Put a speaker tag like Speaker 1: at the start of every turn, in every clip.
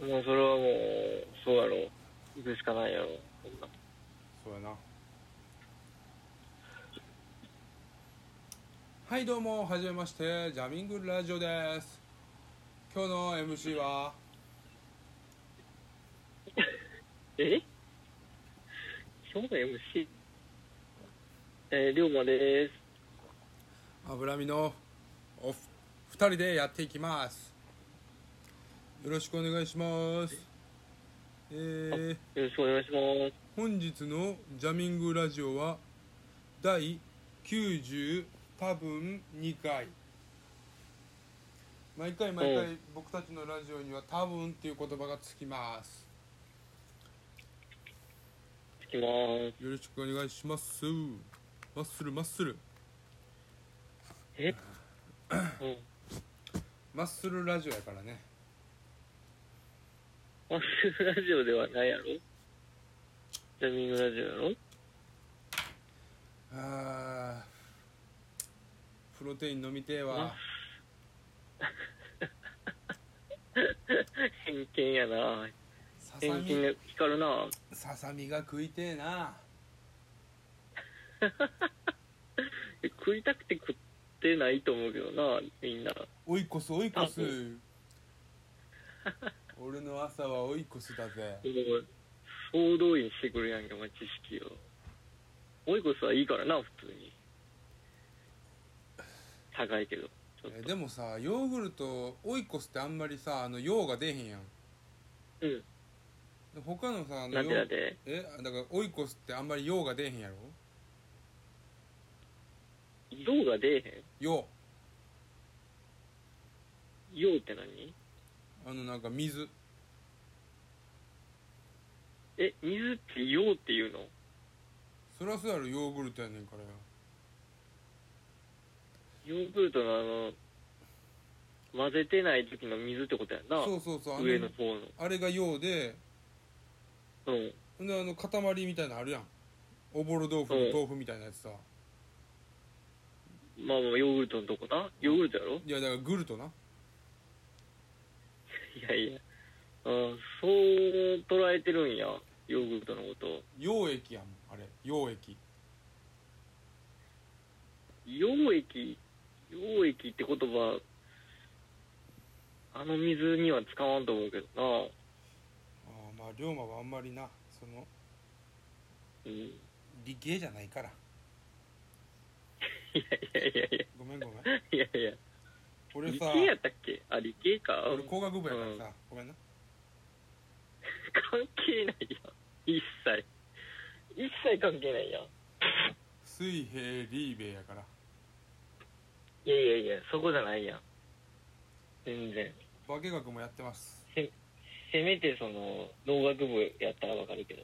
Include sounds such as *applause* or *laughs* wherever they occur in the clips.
Speaker 1: もうそれはもう、そうやろ。行くしかないやろ。そんな。
Speaker 2: そうやなはいどうもはじめましてジャミングラジオです今日の MC は
Speaker 1: え今日の MC? えー、龍馬です。
Speaker 2: 脂身のおふ二人でやっていきますよろしくお願いしますえー、
Speaker 1: よろしくお願いします。
Speaker 2: 本日のジャミングラジオは第90多分2回毎回毎
Speaker 1: う
Speaker 2: 回僕たちのラジオには「多分」っていう言葉がつきます
Speaker 1: つきます。
Speaker 2: よろしくお願いしますマッスルマッスル
Speaker 1: えうん。
Speaker 2: マッスルラジオやからね
Speaker 1: マッスルラジオではないやろジャミングラジオやろ
Speaker 2: あープロテイン飲みてえわ
Speaker 1: 偏見やな
Speaker 2: ささ
Speaker 1: 偏見
Speaker 2: み
Speaker 1: が光るな
Speaker 2: ささみが食いてえな
Speaker 1: *laughs* え食いたくて食ってないと思うけどなみんな
Speaker 2: 追い越す追い越す
Speaker 1: あ
Speaker 2: 俺の朝は追い越すだぜ
Speaker 1: もう総動員してくるやんけお前知識を追い越すはいいからな普通に高いけどちょっ
Speaker 2: え
Speaker 1: と
Speaker 2: でもさヨーグルトオイコスってあんまりさあの用が出へんやん
Speaker 1: うん
Speaker 2: で他のさあの
Speaker 1: なんで
Speaker 2: 用
Speaker 1: なんで
Speaker 2: えだからオイコスってあんまり用が出へんやろ
Speaker 1: 用が出え
Speaker 2: 用
Speaker 1: へん用って何
Speaker 2: あのなんか水
Speaker 1: え水って用っていうの
Speaker 2: そらそうやろヨーグルトやねんからよ
Speaker 1: ヨーグルトのあの混ぜてない時の水ってことやんな
Speaker 2: そうそうそうあ
Speaker 1: 上の
Speaker 2: の
Speaker 1: 方の
Speaker 2: あれが用で
Speaker 1: うん
Speaker 2: ほんであの塊みたいなのあるやんおぼろ豆腐
Speaker 1: うん
Speaker 2: の豆腐みたいなやつさ
Speaker 1: まあまあヨーグルトのとこなヨーグルトやろ
Speaker 2: いやだからグルトない
Speaker 1: やいやあーそう捉えてるんやヨーグルトのこと
Speaker 2: 溶液やもんあれ溶液
Speaker 1: 溶液溶液って言葉あの水には使わんと思うけどな
Speaker 2: あーまあ龍馬はあんまりなその
Speaker 1: うんい
Speaker 2: 理系じゃないから
Speaker 1: やいやい
Speaker 2: ごめんごめん
Speaker 1: やいやいや
Speaker 2: 俺
Speaker 1: 理
Speaker 2: さ
Speaker 1: 系やったっけあ理系か
Speaker 2: 俺工学部やからさ、ごめんな
Speaker 1: 関係ないやん一切一切関係ないやん
Speaker 2: 水平リーベやから
Speaker 1: いやいやいやそこじゃないやん全然
Speaker 2: 化学もやってます
Speaker 1: せめてその農学部やったらわかるけど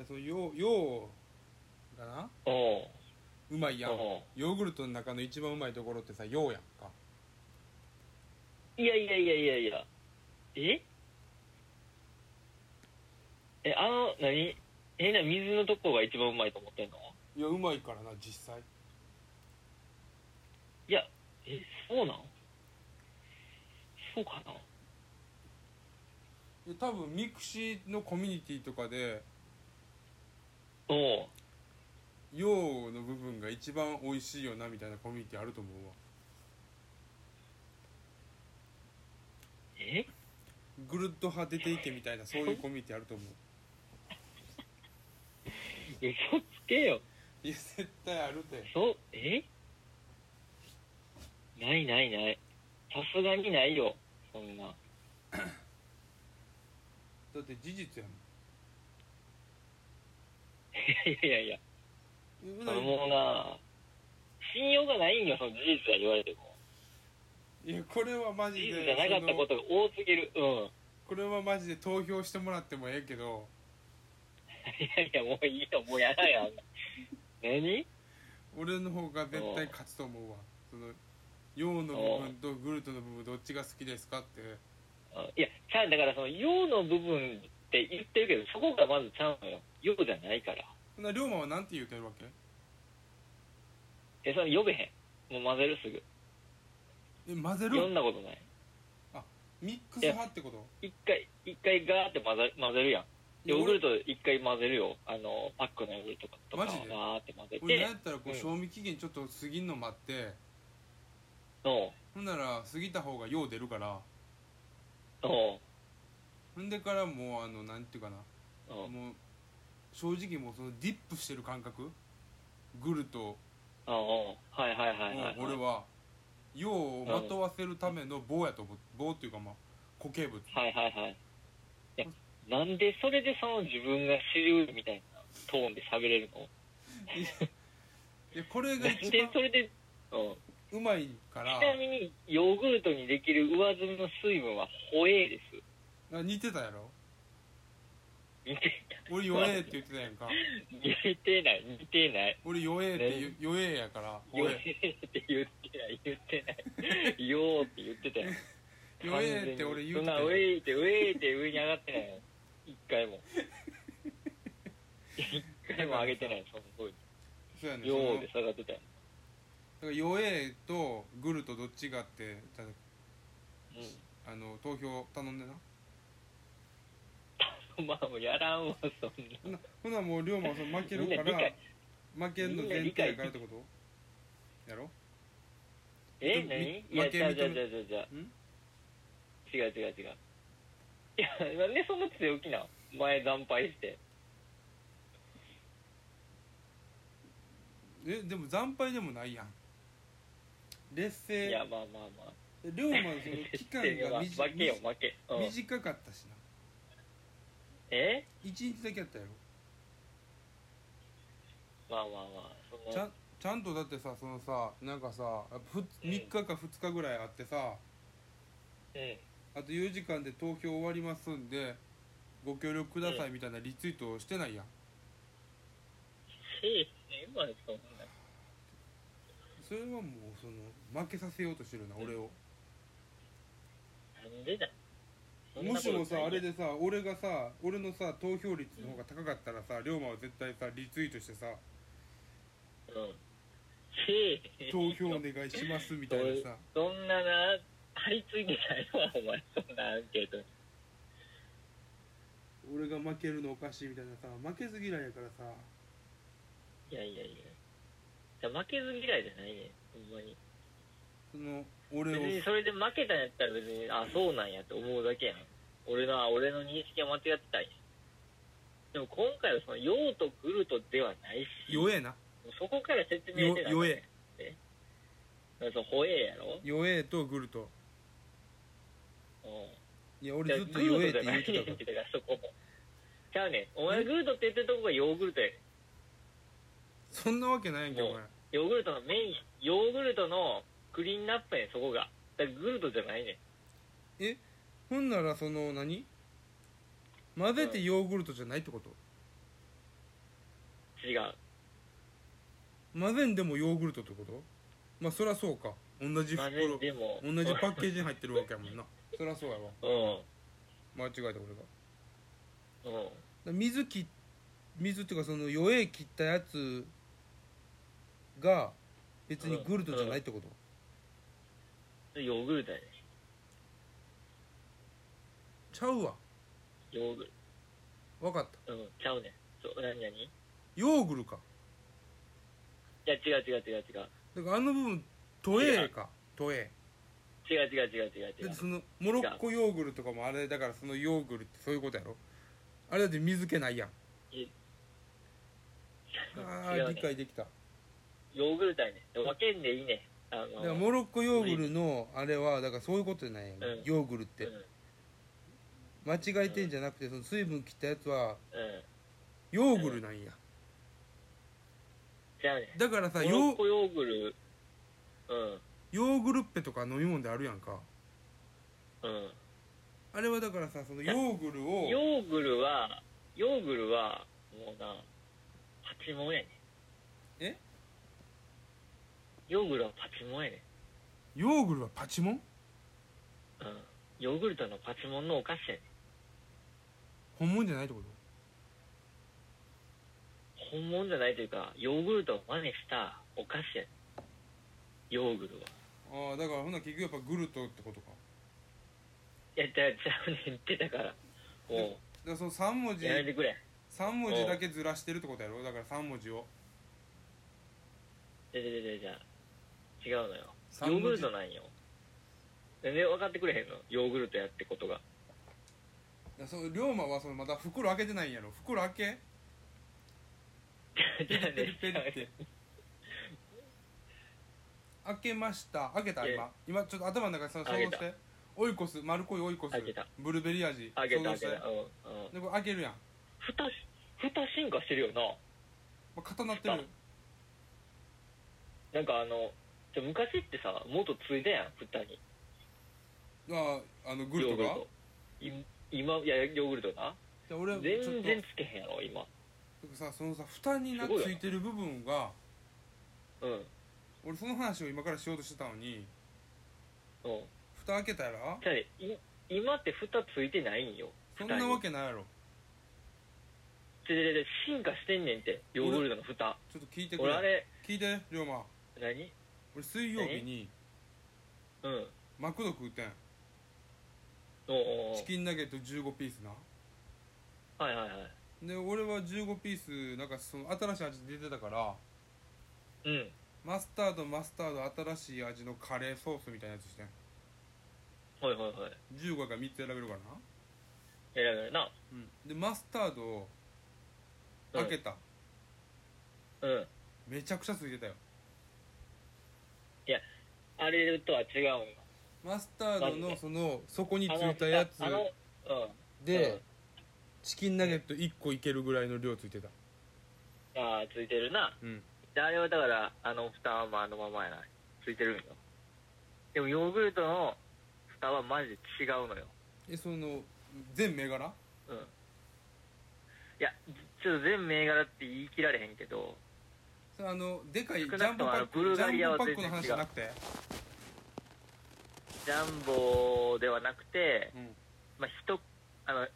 Speaker 2: でそのようようがな
Speaker 1: おう
Speaker 2: うまいやん
Speaker 1: おう
Speaker 2: ヨーグルトの中の一番うまいところってさようやんか
Speaker 1: いやいやいやいやいや。ええ、あの、何え、な、水のとこが一番うまいと思ってんの
Speaker 2: いやうまいからな実際
Speaker 1: いや、え、そうなんそうかな
Speaker 2: で多分ミクシーのコミュニティとかで
Speaker 1: おう
Speaker 2: ようの部分が一番美味しいよなみたいなコミュニティあると思うわ
Speaker 1: え
Speaker 2: ぐるっと派出ていけみたいなそういうコミュニティあると思う
Speaker 1: 嘘つけよ。
Speaker 2: いや絶対あるて
Speaker 1: そう、えないないない。さすがにないよ。そんな。 *laughs*
Speaker 2: だって事実やもん
Speaker 1: いやいやいや、
Speaker 2: うなぎ
Speaker 1: もうな、信用がないんよ、その事実は言われても。
Speaker 2: いやこれはマジ
Speaker 1: 事
Speaker 2: で
Speaker 1: 実じゃなかった
Speaker 2: そ
Speaker 1: こ
Speaker 2: の
Speaker 1: とが多すぎる。うん。
Speaker 2: これはマジで投票してもらってもええけど
Speaker 1: いやいや、もういいよ、もうやらんやん。何
Speaker 2: 俺の方が絶対勝つと思うわその陽の部分とグルトの部分どっちが好きですかって
Speaker 1: あいや、ちゃんだからその、用の部分って言ってるけど、そこがまずちゃうのよ。用じゃないから。
Speaker 2: ほな龍馬はなんて言うてるわけ
Speaker 1: え、その、呼べへん。もう混ぜるすぐ。
Speaker 2: え混ぜ
Speaker 1: 呼ん
Speaker 2: る
Speaker 1: だことない。
Speaker 2: ミックス派ってこと
Speaker 1: 一回一回ガーって混ぜ混ぜるやんヨーグルト一回混ぜるよあのパックのヨーグルトとか
Speaker 2: マジで
Speaker 1: ガーって混ぜ
Speaker 2: 俺なん
Speaker 1: て
Speaker 2: やったらこ
Speaker 1: う
Speaker 2: うん賞味期限ちょっと過ぎんの待って
Speaker 1: の
Speaker 2: ほんなら過ぎた方がよう出るから
Speaker 1: の
Speaker 2: ほんでからもうあのなんていうかな
Speaker 1: の
Speaker 2: もう正直もうそのディップしてる感覚グルトを
Speaker 1: のはいはいはいはい
Speaker 2: 俺は用をまとわせるための棒やと思う棒っていうかまあ固
Speaker 1: *laughs*
Speaker 2: 形物
Speaker 1: はいはいはいいやなんでそれでその自分が知るみたいなトーンで喋れるの
Speaker 2: いやこれが
Speaker 1: なん
Speaker 2: 一
Speaker 1: で *laughs*
Speaker 2: 番
Speaker 1: それで、うん、
Speaker 2: うまいから
Speaker 1: ち *laughs* なみにヨーグルトにできる上澄みの水分はホエーです
Speaker 2: あ似てたやろ
Speaker 1: 似て
Speaker 2: 俺弱えって言ってたやんか
Speaker 1: 似てない似てない
Speaker 2: 俺弱えって言う弱えやから
Speaker 1: ヨ
Speaker 2: 弱
Speaker 1: ー
Speaker 2: え
Speaker 1: って言ってない言ってないヨーって言ってたよ
Speaker 2: 弱えって俺言う
Speaker 1: そん
Speaker 2: てた
Speaker 1: な
Speaker 2: やん
Speaker 1: ウェイってウェイって上に上がってないよ一回も一回も上げてないその声
Speaker 2: そうやねん
Speaker 1: よ
Speaker 2: その
Speaker 1: うで下がってたよ、
Speaker 2: だから弱えとグルとどっちがってた
Speaker 1: う、
Speaker 2: あの投票頼んでなん
Speaker 1: まあもうやらんわそん
Speaker 2: ほなほなもう龍馬はその負けるか
Speaker 1: みんな理
Speaker 2: ら負けんの
Speaker 1: みんな
Speaker 2: 前
Speaker 1: 理
Speaker 2: 提
Speaker 1: 解
Speaker 2: やからってことやろ
Speaker 1: え
Speaker 2: み
Speaker 1: 何いや
Speaker 2: 負
Speaker 1: じ
Speaker 2: け
Speaker 1: ゃ
Speaker 2: 認
Speaker 1: あ
Speaker 2: め
Speaker 1: じゃあじゃあじゃあじゃあ
Speaker 2: ん
Speaker 1: 違う違う違ういやなんでそんな強気なん前惨敗して
Speaker 2: えでも惨敗でもないやん劣
Speaker 1: い
Speaker 2: 勢
Speaker 1: やまあまあまあ
Speaker 2: 龍馬のその期間
Speaker 1: いやま
Speaker 2: が
Speaker 1: あ *laughs*
Speaker 2: 短
Speaker 1: 負けよ負け、うん、
Speaker 2: 短かったしな
Speaker 1: え
Speaker 2: 1日だけやったやろ
Speaker 1: まあまあまあその
Speaker 2: ちゃんちゃんとだってさそのさなんかさ3
Speaker 1: うん
Speaker 2: 日か2日ぐらいあってさ
Speaker 1: うん
Speaker 2: あと4時間で投票終わりますんでご協力くださいみたいなリツイートをしてないやん
Speaker 1: ええまあそんな
Speaker 2: それはもうその負けさせようとしてるな俺を
Speaker 1: なんでだそんな
Speaker 2: も
Speaker 1: こと
Speaker 2: しもさ
Speaker 1: ない
Speaker 2: あれでさ俺がさ俺のさ投票率の方が高かったらさ龍馬は絶対さリツイートしてさ
Speaker 1: うんへえ
Speaker 2: 投票お願いしますみたいなさ
Speaker 1: そんなな張り付いてないわお前そんなアンケートに
Speaker 2: 俺が負けるのおかしいみたいなさ負けず嫌いやからさ
Speaker 1: いやいやいやいや負けず嫌いじゃないねほんまに
Speaker 2: その俺
Speaker 1: 別
Speaker 2: を
Speaker 1: にそれで負けたんやったら別にあそうなんやって思うだけやん俺の俺の認識は間違ってたんやでも今回はその用途グルトではないし
Speaker 2: 弱えな
Speaker 1: そこから説明し
Speaker 2: よ
Speaker 1: てない
Speaker 2: 弱え
Speaker 1: だからそのホエーやろ
Speaker 2: 弱えとグルと
Speaker 1: うん
Speaker 2: いや俺ずっと弱えって言うてたから
Speaker 1: だからそこもちゃうねんお前グートって言ってるとこがヨーグルトや
Speaker 2: そんなわけないやんけお前
Speaker 1: ヨーグルトのメインヨーグルトのクリーンナップやねんそこがだからグルトじゃないねん
Speaker 2: えほんならその何混ぜてヨーグルトじゃないってこと
Speaker 1: 違う
Speaker 2: 混ぜんでもヨーグルトってことまあそりゃそうか同じ
Speaker 1: まあ
Speaker 2: 袋
Speaker 1: ねでも
Speaker 2: 同じパッケージに入ってるわけやもんなそりゃそうやわ
Speaker 1: う
Speaker 2: 間違えた俺がだか
Speaker 1: んうん
Speaker 2: ら水切っ水っていうかその弱え切ったやつが別にグルトじゃないってこと、
Speaker 1: それヨーグルトやね
Speaker 2: ちゃうわ
Speaker 1: んヨーグル
Speaker 2: わかった
Speaker 1: トうんちゃうねんそう何何い
Speaker 2: ヨーグルか
Speaker 1: や違う違う違う違う
Speaker 2: だからあの部分トエーかトエ
Speaker 1: 違う違う違う違う
Speaker 2: ー
Speaker 1: 違
Speaker 2: だ
Speaker 1: う
Speaker 2: ってそのモロッコヨーグルとかもあれだからそのヨーグルってそういうことやろあれだって水気ないやん
Speaker 1: い違
Speaker 2: あ
Speaker 1: う
Speaker 2: ー
Speaker 1: ね
Speaker 2: 理解できた
Speaker 1: ヨーグルトやねん分けんでいいねんあ
Speaker 2: だ
Speaker 1: の
Speaker 2: からモロッコヨーグルのあれはだからそういうことじゃないやん
Speaker 1: うん
Speaker 2: ヨーグルっ
Speaker 1: うん
Speaker 2: て間違えてんじゃなくてその水分切ったやつは
Speaker 1: うん
Speaker 2: ヨーグルなんや
Speaker 1: ちゃうねん
Speaker 2: だからさ
Speaker 1: モロ
Speaker 2: ヨ
Speaker 1: ッ
Speaker 2: ー
Speaker 1: コヨーグルうん
Speaker 2: ヨーグルッペとか飲み物であるやんか
Speaker 1: うん
Speaker 2: あれはだからさそのヨーグル
Speaker 1: ヨ
Speaker 2: を
Speaker 1: ーグルはヨーグルはもうなパチモンやねん
Speaker 2: え
Speaker 1: ヨーグルはパチモンやね
Speaker 2: ヨーグルはパチモン
Speaker 1: ん、うん、ヨーグルトのパチモンのお菓子やねん
Speaker 2: 本物じゃないってこと
Speaker 1: 本物じゃないというかヨーグルトを真似したお菓子やねんヨーグルは
Speaker 2: ああだからほんなら結局やっぱグルトってことか
Speaker 1: いや、じゃあ、ちゃうねんってだから、も
Speaker 2: らその3文
Speaker 1: う、
Speaker 2: 字
Speaker 1: やめてくれ。
Speaker 2: 3文字だけずらしてるってことやろだから3文字を
Speaker 1: じゃじゃじゃじゃじゃ違うのよ。
Speaker 2: 三
Speaker 1: ヨーグ
Speaker 2: 文
Speaker 1: ル
Speaker 2: 字
Speaker 1: トなんよ。全然分かってくれへんのヨーグルトやってこと
Speaker 2: *laughs*
Speaker 1: が。
Speaker 2: いやその龍馬はそのまだ袋開けてないんやろ袋開け
Speaker 1: じゃあね、
Speaker 2: ペリって開けました開けた
Speaker 1: いや
Speaker 2: 今今ちょっと頭の中でその想像
Speaker 1: 開
Speaker 2: し
Speaker 1: けた
Speaker 2: てオイコス丸っこいオイコス
Speaker 1: 開けた
Speaker 2: ブルーベリー味
Speaker 1: あげた
Speaker 2: 想
Speaker 1: あ
Speaker 2: 像
Speaker 1: げ
Speaker 2: して
Speaker 1: た。うんう
Speaker 2: で
Speaker 1: ん。
Speaker 2: これ開けるやん、ま
Speaker 1: ふた、ふた進化してるよな。
Speaker 2: あ、固なってる
Speaker 1: なんかあの、じゃ昔ってさ、元ついたやん、蓋に。
Speaker 2: ああのグ
Speaker 1: ヨ
Speaker 2: ル
Speaker 1: ー
Speaker 2: ト
Speaker 1: グル
Speaker 2: が
Speaker 1: ト。い今、いや、ヨーグルトな。
Speaker 2: じゃあ俺ちょっ
Speaker 1: 全然つけへんやろ、今。
Speaker 2: とさそのさ蓋にな
Speaker 1: すごいよ
Speaker 2: ついてる部分が
Speaker 1: うん。うん。
Speaker 2: 俺その話を今からしようとしてたのに蓋開けたら
Speaker 1: じゃあね、い今って蓋ついてないんよ。
Speaker 2: そんなわけないやろ
Speaker 1: ちょちょちょ進化してんねんって、ヨーグルトの蓋。
Speaker 2: ちょっと聞いてく
Speaker 1: 俺
Speaker 2: れ
Speaker 1: あれ、
Speaker 2: 聞いて龍馬
Speaker 1: 何
Speaker 2: 俺水曜日に
Speaker 1: うん。
Speaker 2: マクド食うてん
Speaker 1: おうおうおう
Speaker 2: チキンナゲット15ピースな
Speaker 1: はいはいはい。
Speaker 2: で俺は15ピースなんかその新しい味出てたから
Speaker 1: うん。
Speaker 2: マスタードマスタード新しい味のカレーソースみたいなやつしてん
Speaker 1: はいはいはい。
Speaker 2: 15やから3つ選べるからな、
Speaker 1: 選べるな。
Speaker 2: うん、でマスタードを
Speaker 1: うん
Speaker 2: 開けた、
Speaker 1: うん。
Speaker 2: めちゃくちゃついてたよ
Speaker 1: あれとは違うんよ
Speaker 2: マスタード
Speaker 1: マジ
Speaker 2: の
Speaker 1: で
Speaker 2: その底につ
Speaker 1: あの
Speaker 2: いたやつ
Speaker 1: あの、うん。うん
Speaker 2: でチキンナゲット1個いけるぐらいの量ついてた
Speaker 1: ああ、ついてるな。
Speaker 2: うん
Speaker 1: であれはだから、あの、蓋はまああのままやな。ついてるんよ。でも、ヨーグルトの蓋はマジで違うのよ。
Speaker 2: えその全銘柄
Speaker 1: うん。いや、ちょっと全銘柄って言い切られへんけど、
Speaker 2: それあのでかいジ
Speaker 1: 少な
Speaker 2: ャ
Speaker 1: く
Speaker 2: ンボ
Speaker 1: とも
Speaker 2: パ
Speaker 1: あ
Speaker 2: ッ
Speaker 1: の
Speaker 2: ク
Speaker 1: ブル
Speaker 2: ジ
Speaker 1: ガリ
Speaker 2: ャ
Speaker 1: アは
Speaker 2: ンボパック
Speaker 1: 全然違
Speaker 2: の
Speaker 1: う
Speaker 2: 話じゃなくて
Speaker 1: ジャンボではなくて、
Speaker 2: うん
Speaker 1: まあ、一、あの、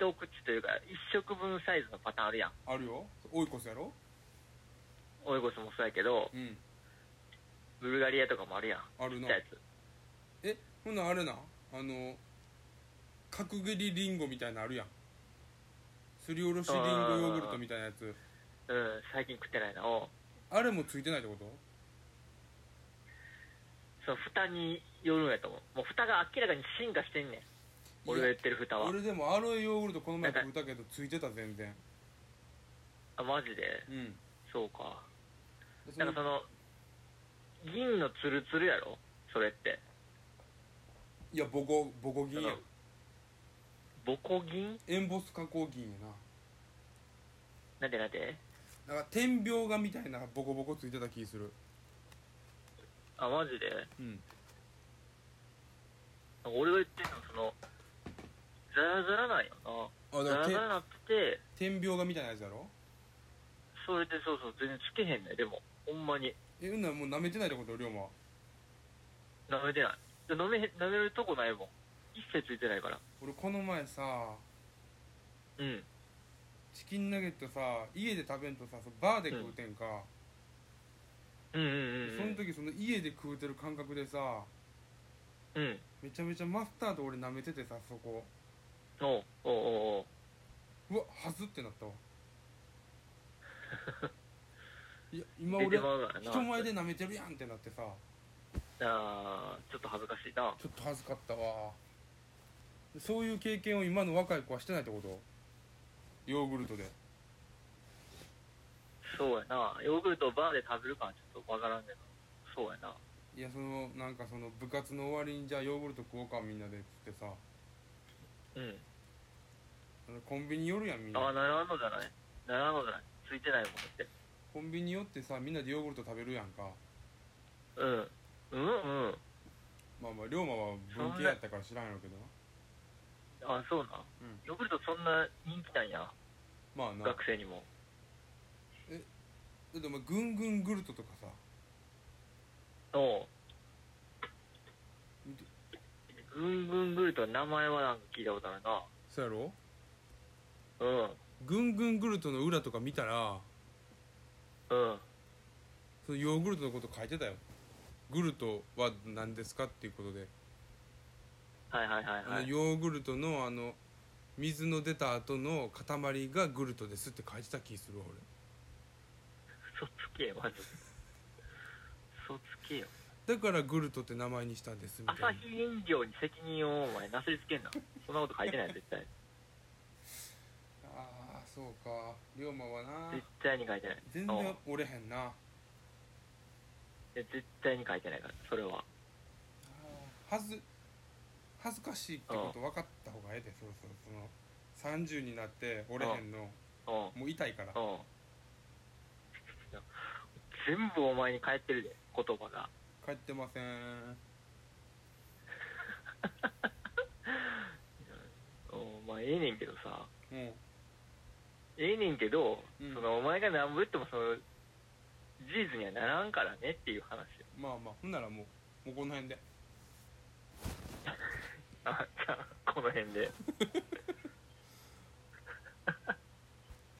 Speaker 1: 一口というか、一食分サイズのパターンあるやん。
Speaker 2: あるよオイコスやろ
Speaker 1: オイゴスもそうやけど、
Speaker 2: うん
Speaker 1: ブルガリアとかもあるやん。
Speaker 2: ある
Speaker 1: ち
Speaker 2: な
Speaker 1: っちゃいやつ。
Speaker 2: えほんならあれなあの角切りりんごみたいなのあるやんすりおろしりんごヨーグルトみたいなやつ
Speaker 1: うん、最近食ってないな。お
Speaker 2: あれもついてないってこと
Speaker 1: その蓋によるんやと思う。もう蓋が明らかに進化してんねん。俺が言ってる蓋は。
Speaker 2: 俺でもアロエヨーグルトこの前食うたけどついてた全然
Speaker 1: あ、マジで
Speaker 2: うん
Speaker 1: そうか。
Speaker 2: そ
Speaker 1: なんか
Speaker 2: の
Speaker 1: その、銀のツルツルやろそれって。
Speaker 2: いやボコボコ銀やん
Speaker 1: ボコ銀
Speaker 2: エンボス加工銀や
Speaker 1: なんてなんて
Speaker 2: ななんか天描画みたいなボコボコついてた気する
Speaker 1: あ、マジで
Speaker 2: うん
Speaker 1: なんか俺が言ってるの、その、ザラザラなんやな。
Speaker 2: あ
Speaker 1: ザ
Speaker 2: だから
Speaker 1: ラ
Speaker 2: て
Speaker 1: ザラなくて、
Speaker 2: 天描画みたいなやつやろ
Speaker 1: それでそうそう、全然つけへんねんでも、ほんまに。
Speaker 2: えうんならもう舐めてないってこと龍馬は
Speaker 1: 舐めてない。で舐めへん、舐めるとこないもん。一切ついてないから。
Speaker 2: 俺この前さ
Speaker 1: うん。
Speaker 2: チキンナゲットさ家で食べんとさそのバーで食うてんか、
Speaker 1: うんうんうん。
Speaker 2: その時その家で食うてる感覚でさ
Speaker 1: うん。
Speaker 2: めちゃめちゃマスタード俺舐めててさそこ
Speaker 1: おうおうおうおう
Speaker 2: うわはずってな *laughs* ったわいや今
Speaker 1: 出て
Speaker 2: 俺
Speaker 1: まうからな。
Speaker 2: 人前で舐めてるやんってなってさ
Speaker 1: あーちょっと恥ずかしいな。
Speaker 2: ちょっと恥ずかったわそういう経験を今の若い子はしてないってことヨーグルトで
Speaker 1: そうやな。ヨーグルトをバーで食べるかはちょっとわからんけど。そうやな。
Speaker 2: いやそのなんかその部活の終わりにじゃあヨーグルト食おうかみんなでっつってさ
Speaker 1: うん。
Speaker 2: あのコンビニ寄るやんみん
Speaker 1: ああ、
Speaker 2: な
Speaker 1: ならんのじゃないならんのじゃないついてないもんだって。
Speaker 2: コンビニ寄ってさみんなでヨーグルト食べるやんか
Speaker 1: うん。うんうん。
Speaker 2: まあまあ龍馬は文系やったから知らんやろうけどな
Speaker 1: あそうな。
Speaker 2: うん
Speaker 1: ヨーグルトそんな人気なんや。
Speaker 2: まあなだ
Speaker 1: 学生にも。
Speaker 2: ってお前グングングルトとかさ
Speaker 1: おう。ぐんぐんぐると名前はなんか聞いたことあるな。
Speaker 2: そうやろ
Speaker 1: うん。
Speaker 2: グングングルトの裏とか見たら
Speaker 1: うん。
Speaker 2: そのヨーグルトのこと書いてたよグルトは何ですかっていうことで
Speaker 1: はいはいはい
Speaker 2: あ
Speaker 1: は
Speaker 2: の
Speaker 1: い
Speaker 2: ヨーグルトのあの水の出た後の塊がグルトですって書いてた気する俺
Speaker 1: 嘘つけよまず嘘つけよ
Speaker 2: だからグルトって名前にしたんですみたい
Speaker 1: 朝
Speaker 2: な
Speaker 1: 日飲料に責任をお前なすりつけんなそんなこと書いてないよ絶対
Speaker 2: ああそうか龍馬はな
Speaker 1: 絶対に書いてない
Speaker 2: 全
Speaker 1: うん
Speaker 2: 然折れへんなあ
Speaker 1: で絶対に書いてないからそれは
Speaker 2: ーはず恥ずかしいってこと分かった方がええでそうそうその30になって折れへんの
Speaker 1: うん
Speaker 2: もう痛いから
Speaker 1: うんいや全部お前に返ってるで言葉が
Speaker 2: 帰ってません
Speaker 1: うんまあええねんけどさ
Speaker 2: も
Speaker 1: ええねんけど、
Speaker 2: うん
Speaker 1: そのお前がなんぼ言ってもその事実にはならんからねっていう話よ
Speaker 2: うまあまあほんならもうもうこの辺で
Speaker 1: あじゃあこの辺で